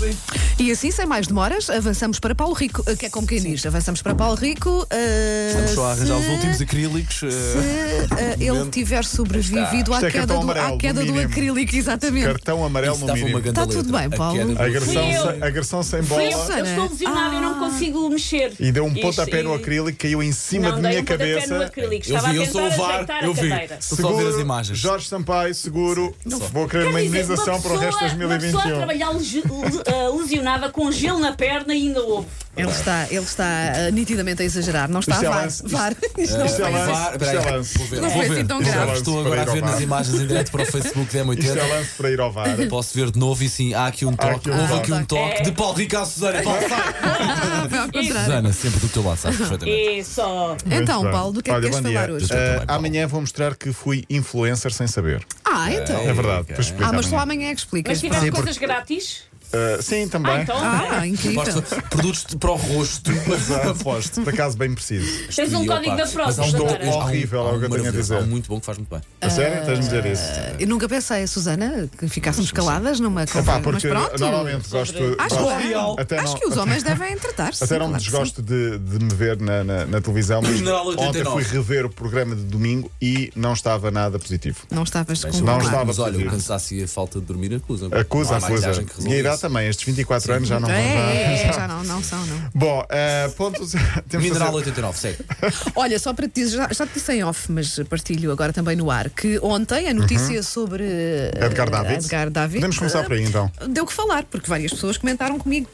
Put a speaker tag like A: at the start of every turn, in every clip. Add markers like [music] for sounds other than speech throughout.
A: bem.
B: E assim, sem mais demoras, avançamos para Paulo Rico. eh, Que é como quem diz, avançamos para Paulo Rico. eh,
A: Estamos só a arranjar os
B: se-
A: últimos acrílicos. eh,
B: Se eh, ele tiver sobrevivido à
C: Isto é
B: queda,
C: cartão
B: do, à
C: amarelo,
B: queda
C: no
B: do
C: mínimo.
B: acrílico, exatamente.
C: [laughs] Cartão amarelo
A: isso
C: no
A: dava é uma
C: mínimo.
A: grande
B: Está tudo
A: letra.
B: bem, Paulo.
A: A queda do
C: Agressão,
D: Fui eu.
C: sem, agressão sem
B: Fui
D: Eu,
C: bola.
B: Susana?
D: eu estou lesionada, eu não
B: Ah.
D: consigo mexer.
C: E deu um
D: Isso,
C: pontapé
D: e-
C: no acrílico, caiu em cima
D: Não
C: de
D: dei
C: minha
D: um pontapé
C: cabeça.
D: no acrílico.
A: Eu
D: Estava
A: vi, eu
D: a tentar
A: sou o VAR,
D: ajeitar
A: eu
D: a
A: vi.
D: cadeira.
A: Estou só a ver as imagens.
C: Jorge Sampaio, seguro. Vou querer uma
D: Quer dizer,
C: indenização para o resto de
D: é Uma pessoa a
C: 2021.
D: trabalhar legi- le- ah, lesionada com gelo na perna e ainda houve.
B: Ele está, ele está eh, nitidamente a exagerar. Não está
C: Isto é
B: a
C: lance.
B: var. [laughs] Isto não
C: Isto é
B: foi-
C: lance.
A: VAR, peraí,
C: Isto é lance.
A: vou ver,
B: Não
A: vou
B: foi
A: ver.
B: assim tão
A: Isto é
B: grave.
A: lance, Estou agora a ver
C: Para ir ao
A: nas
C: VAR.
A: imagens em direto para o Facebook da
C: Isto é
A: M80.
C: lance para ir ao VAR.
A: Posso ver de novo e sim, há aqui um toque.
C: aqui um
A: Houve
C: toque.
A: aqui um toque de Paulo Rico à Susana. Paulo, sai.
B: Ah, foi ao contrário.
A: Susana, sempre do teu lado, sabes
C: É
A: perfeitamente.
D: E É só.
B: Então,
C: Muito bem.
B: Paulo, do que é que
C: Olha,
B: queres
C: bom dia.
B: falar hoje?
A: Eu
C: Eh,
A: também, Paulo.
C: amanhã vou mostrar que fui influencer sem saber.
B: Ah, então.
C: É verdade.
A: Ok.
C: depois explico
B: Ah, mas só
C: amanhã.
B: amanhã é que explicas.
D: Mas tiveste
B: Pronto.
D: coisas grátis?
C: Eh, sim, também.
D: Ah, então.
B: Ah, incrível.
A: Gosto de produtos de- para o rosto.
C: Aposto, é. por acaso bem preciso.
D: Tens um
A: E,
D: código
A: opa,
D: da
A: mas há um
D: Frost
C: Estou
D: agora.
A: há um- há
C: horrível, é o que eu tenho a
A: maravilhoso,
C: dizer.
A: há um muito bom que faz muito bem.
C: A sério? Tens-me dizer isso?
B: Eh, Eu nunca pensei, Susana, que ficássemos caladas numa
C: Epá,
B: conversa. Mas
C: porque
B: pronto.
C: normalmente gosto.
B: Acho,
C: gosto-
B: que-
C: Até
B: acho
C: não-
B: que os homens devem tratar-se.
C: Até não me
B: claro que sim.
C: desgosto de, de me ver na, na- na televisão, mas
A: General
C: ontem
A: 89.
C: fui rever o programa de domingo e não estava nada positivo.
B: Não estavas com
C: Não
B: um
C: estava
A: Ah, Mas olha, o
C: positivo.
A: cansaço e a falta de dormir acusam.
C: Acusa,
A: Não há
C: acusa.
A: maquilhagem que
C: E a
A: resolva
C: idade
A: isso.
C: também, estes 24 anos já não vão.
B: É, é, é,
C: [laughs] dar.
B: já não, não são, não.
C: Bom, eh, pontos. [laughs] temos de
A: Mineral
C: fazer-
A: 89,
C: [laughs]
A: segue.
B: Olha, só para te dizer, já, já te disse em off, mas partilho agora também no ar, que ontem a notícia sobre eh,
C: Uhum. Edgar Davids.
B: Edgar Davids,
C: Podemos começar por aí então.
B: eh, Deu que falar, porque várias pessoas comentaram comigo.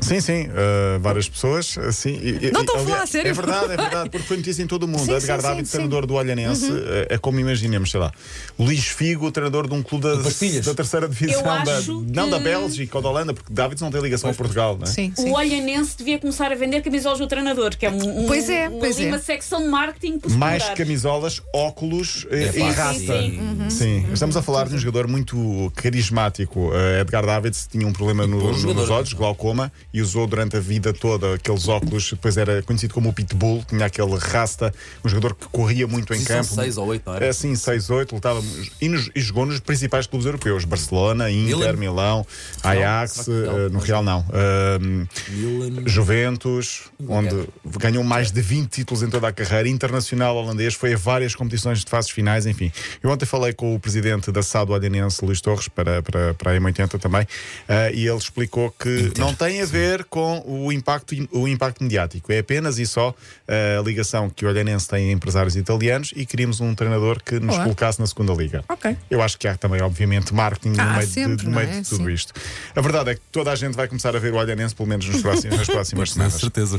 C: Sim, sim, eh, várias pessoas. Assim, e- e-
B: Não estou a
C: aliás,
B: falar a sério.
C: É verdade, é verdade, porque foi notícia em todo o mundo.
B: Sim,
C: Edgar
B: sim,
C: David,
B: sim, Uhum.
C: treinador do Olhanense, eh, é como imaginemos, sei lá. Luís Figo, treinador de um clube da,
A: Pastilhas.
C: da terceira divisão,
D: Eu
C: da,
D: acho
C: não da
D: que-
C: Bélgica ou da Holanda, porque Davids não tem ligação a Portugal, não é?
B: Sim, sim.
D: O Olhanense devia começar a vender camisolas do treinador, que é um, um-
B: Pois é,
D: um-
B: pois
D: ali
B: é.
D: uma secção de marketing por
C: Mais
D: separar.
C: camisolas, óculos eh,
A: É
C: e
A: pá,
C: raça.
D: Tipo, sim,
C: Sim.
D: sim. Uhum.
C: estamos a falar de um jogador muito carismático. Eh, Edgar Davids tinha um problema no-
A: bom
C: nos
A: jogador.
C: olhos, glaucoma, e usou durante a vida toda aqueles óculos. Depois era conhecido como o Pitbull, tinha aquele rasta, um jogador que corria muito em
A: Sim, são
C: campo.
A: seis ou oito, não era?
C: É sim, 6-8, lutava e, nos- e jogou nos principais clubes europeus: Barcelona,
A: Milan.
C: Inter, Milão, Ajax,
A: Será que Real?
C: eh, no Real não. Ahm,
A: Milan.
C: Juventus, onde
B: É.
C: ganhou mais de 20 títulos em toda a carreira, internacional holandês, foi a várias competições de fases finais, enfim. Eu ontem falei com o presidente da SAD Olhanense, Luís Torres, para, para, para a M80 também, eh, e ele explicou que não tem a ver com o impacto, o impacto mediático, é apenas e só eh, a ligação que o Olhanense tem a empresários italianos e queríamos um treinador que nos
B: Olá.
C: colocasse na segunda liga.
B: Ok.
C: Eu acho que há também, obviamente, marketing no
B: Ah,
C: meio,
B: sempre,
C: de,
B: não
C: no meio
B: é?
C: de tudo
B: Sim.
C: isto. A verdade é que toda a gente vai começar a ver o Olhanense, pelo menos nos próximos, nas
A: [laughs]
C: próximas
A: Com
C: semanas.
A: certeza.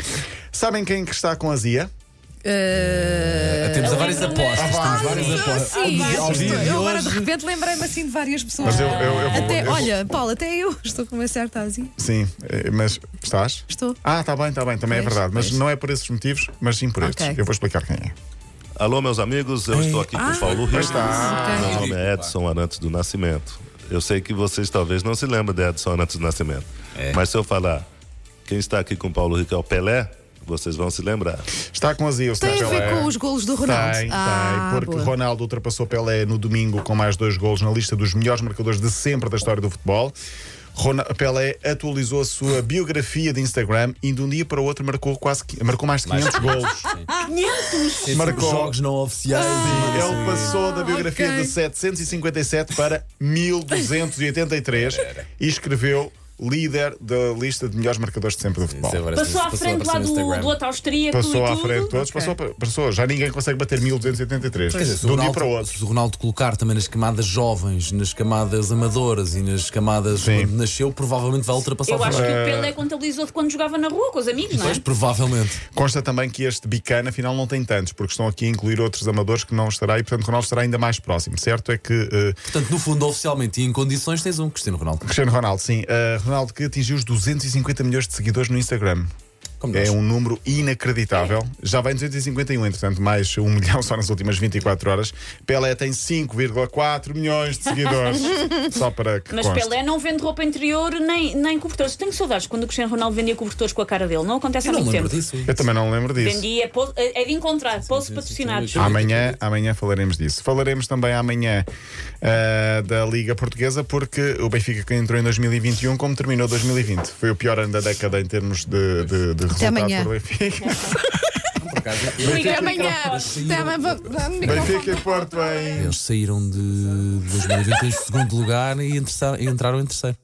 C: Sabem quem que está com a Zia?
B: Eh,
A: Temos várias
D: lembro-me
A: apostas. Temos várias
B: ah,
A: apostas.
B: sim,
A: Ao dia
B: isto-
A: de
B: eu agora de
A: hoje-
B: repente lembrei-me assim de várias pessoas.
C: Mas eu, eu, eu vou-
B: até,
C: eu-
B: olha, Paulo, até eu estou com uma certa azia.
C: Sim, eh, mas estás?
B: Estou.
C: Ah, está bem, está bem, também é
B: Pois,
C: verdade. Mas
B: pois.
C: não é por esses motivos, mas sim por estes.
B: Ok.
C: Eu vou explicar quem é.
E: Alô, meus amigos, eu estou aqui com o Paulo Rico.
B: Ok.
E: Meu nome é Edson Arantes do Nascimento. Eu sei que vocês talvez não se lembrem de Edson Arantes do Nascimento. Mas se eu falar quem está aqui com o Paulo Rico é o Pelé, vocês vão se lembrar.
C: Está com a Zia, o
B: Tem
C: Sr.
B: a ver
C: Pelé.
B: com os golos do Ronaldo.
C: Tem,
B: Ah,
C: tem, porque
B: boa.
C: Ronaldo ultrapassou Pelé no domingo com mais dois golos na lista dos melhores marcadores de sempre da história do futebol. Rona- Pelé atualizou a sua biografia de Instagram e de um dia para o outro marcou, quase, qui- marcou mais de 500 golos.
A: Sim,
C: Marcou.
A: Jogos não oficiais. e-
C: Ele É passou da biografia
B: Ok.
C: de 757 para 1283 e escreveu líder da lista de melhores marcadores de sempre do futebol.
A: é Isso agora
D: Passou à
A: passou-
D: frente lá
A: apareceu no
D: do,
A: Instagram.
D: do outro austríaco e
C: Passou à
D: tudo.
C: frente de todos,
B: Ok.
C: passou, pa- passou, já ninguém consegue bater 1283.
A: Quer dizer, se
C: de
A: o
C: um dia
A: Ronaldo-
C: para o outro.
A: Se o Ronaldo colocar também nas camadas jovens, nas camadas amadoras e nas camadas
C: Sim.
A: onde nasceu, provavelmente vai ultrapassar
D: Eu
A: o
D: acho que o
A: Ronaldo.
D: Pelé contabilizou de quando jogava na rua com os amigos, não é?
A: eh, Pois, provavelmente.
C: Consta também que este bicana, afinal, não tem tantos, porque estão aqui a incluir outros amadores que não estará e, portanto, Ronaldo estará ainda mais próximo. Certo é que eh,
A: Portanto, no fundo, oficialmente e em condições, tens um Cristiano Ronaldo.
C: Cristiano Ronaldo, sim, eh, Ronaldo que atingiu os 250 milhões de seguidores no Instagram.
A: Como nós.
C: É um número inacreditável. Já vem 251, entretanto, mais um [laughs] milhão só nas últimas 24 horas. Pelé tem 5,4 milhões de seguidores. só para que
D: Mas
C: conste.
D: Pelé não vende roupa interior nem, nem cobertores. Tenho saudades quando o Cristiano Ronaldo vendia cobertores com a cara dele. Não acontece
A: Eu
D: há
A: não
D: muito
A: me lembro
D: tempo.
A: disso.
C: Eu também não lembro disso.
D: Vendia, pose- é é de encontrar, pousos
A: sim, Ah, sim,
D: patrocinados.
A: sim.
C: Amanhã, amanhã falaremos disso. Falaremos também amanhã ah, da Liga Portuguesa, porque o Benfica que entrou em 2021, como terminou 2020. Foi o pior ano da década em termos de, de, de resultado
B: amanhã.
C: para o Benfica.
A: Por acaso,
B: Até amanhã.
A: Eles saíram-
C: Benfica e Porto em.
A: Eles saíram de 2020 em segundo lugar e interessa- e entraram em terceiro.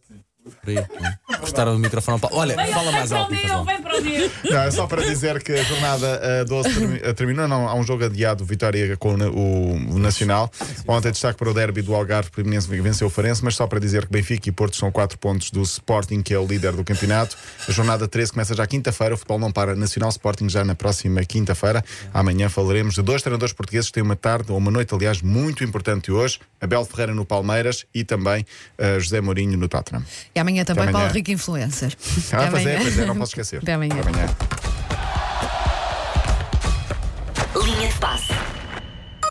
A: Por aí, né? Cortaram o microfone ao Paulo. Olha,
D: Vem,
A: fala
D: vem
A: mais
D: para
A: alto.
D: o
A: faz
D: meu,
A: mal.
D: vem para o meu.
C: Não, é só para dizer que a jornada ah, 12 termi- ah, terminou. Não, há um jogo adiado, Vitória com o Na- o, Nacional. Ontem destaque para o derby do Algarve, o Portimonense venceu o Farense, mas só para dizer que Benfica e Porto são 4 pontos do Sporting, que é o líder do campeonato. A jornada 13 começa já quinta-feira, o futebol não para. Nacional Sporting já na próxima quinta-feira. Amanhã falaremos de dois treinadores portugueses que têm uma tarde, ou uma noite, aliás, muito importante hoje. Abel Ferreira no Palmeiras e também ah, José Mourinho no Tottenham.
B: E amanhã também
C: Até amanhã.
B: Paulo Rico Influencer.
C: Ah,
B: Até
C: pois é,
B: amanhã.
C: pois é, não posso esquecer.
B: Até amanhã.
C: Até amanhã.